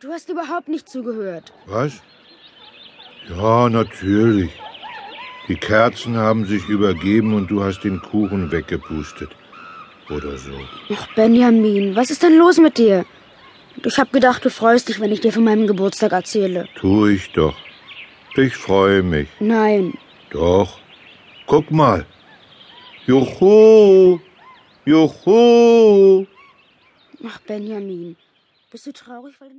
Du hast überhaupt nicht zugehört. Was? Ja, natürlich. Die Kerzen haben sich übergeben und du hast den Kuchen weggepustet. Oder so. Ach, Benjamin, was ist denn los mit dir? Ich hab gedacht, du freust dich, wenn ich dir von meinem Geburtstag erzähle. Tu ich doch. Ich freue mich. Nein. Doch. Guck mal. Juhu! Juhu! Ach, Benjamin, bist du traurig, weil du nicht